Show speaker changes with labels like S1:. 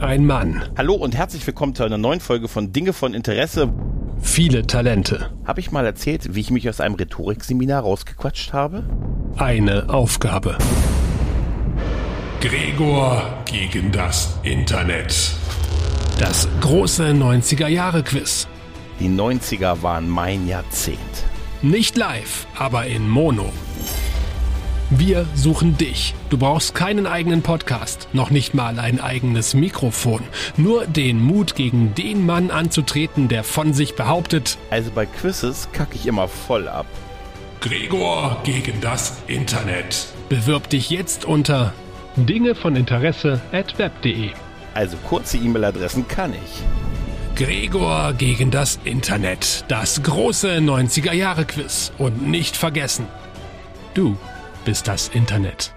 S1: Ein Mann,
S2: Hallo und herzlich willkommen zu einer neuen Folge von Dinge von Interesse.
S1: viele Talente,
S2: Habe ich mal erzählt, wie ich mich aus einem Rhetorikseminar rausgequatscht habe?
S1: eine Aufgabe.
S3: Gregor gegen das Internet.
S1: Das große 90er-Jahre-Quiz.
S2: Die 90er waren mein Jahrzehnt.
S1: Nicht live, aber in Mono. Wir suchen dich. Du brauchst keinen eigenen Podcast, noch nicht mal ein eigenes Mikrofon. Nur den Mut, gegen den Mann anzutreten, der von sich behauptet,
S2: Also bei Quizzes kacke ich immer voll ab.
S3: Gregor gegen das Internet.
S1: bewirb dich jetzt unter Dinge von Interesse at web.de.
S2: Also kurze E-Mail-Adressen kann ich.
S1: Gregor gegen das Internet. Das große 90er-Jahre-Quiz. Und nicht vergessen, du bist das Internet.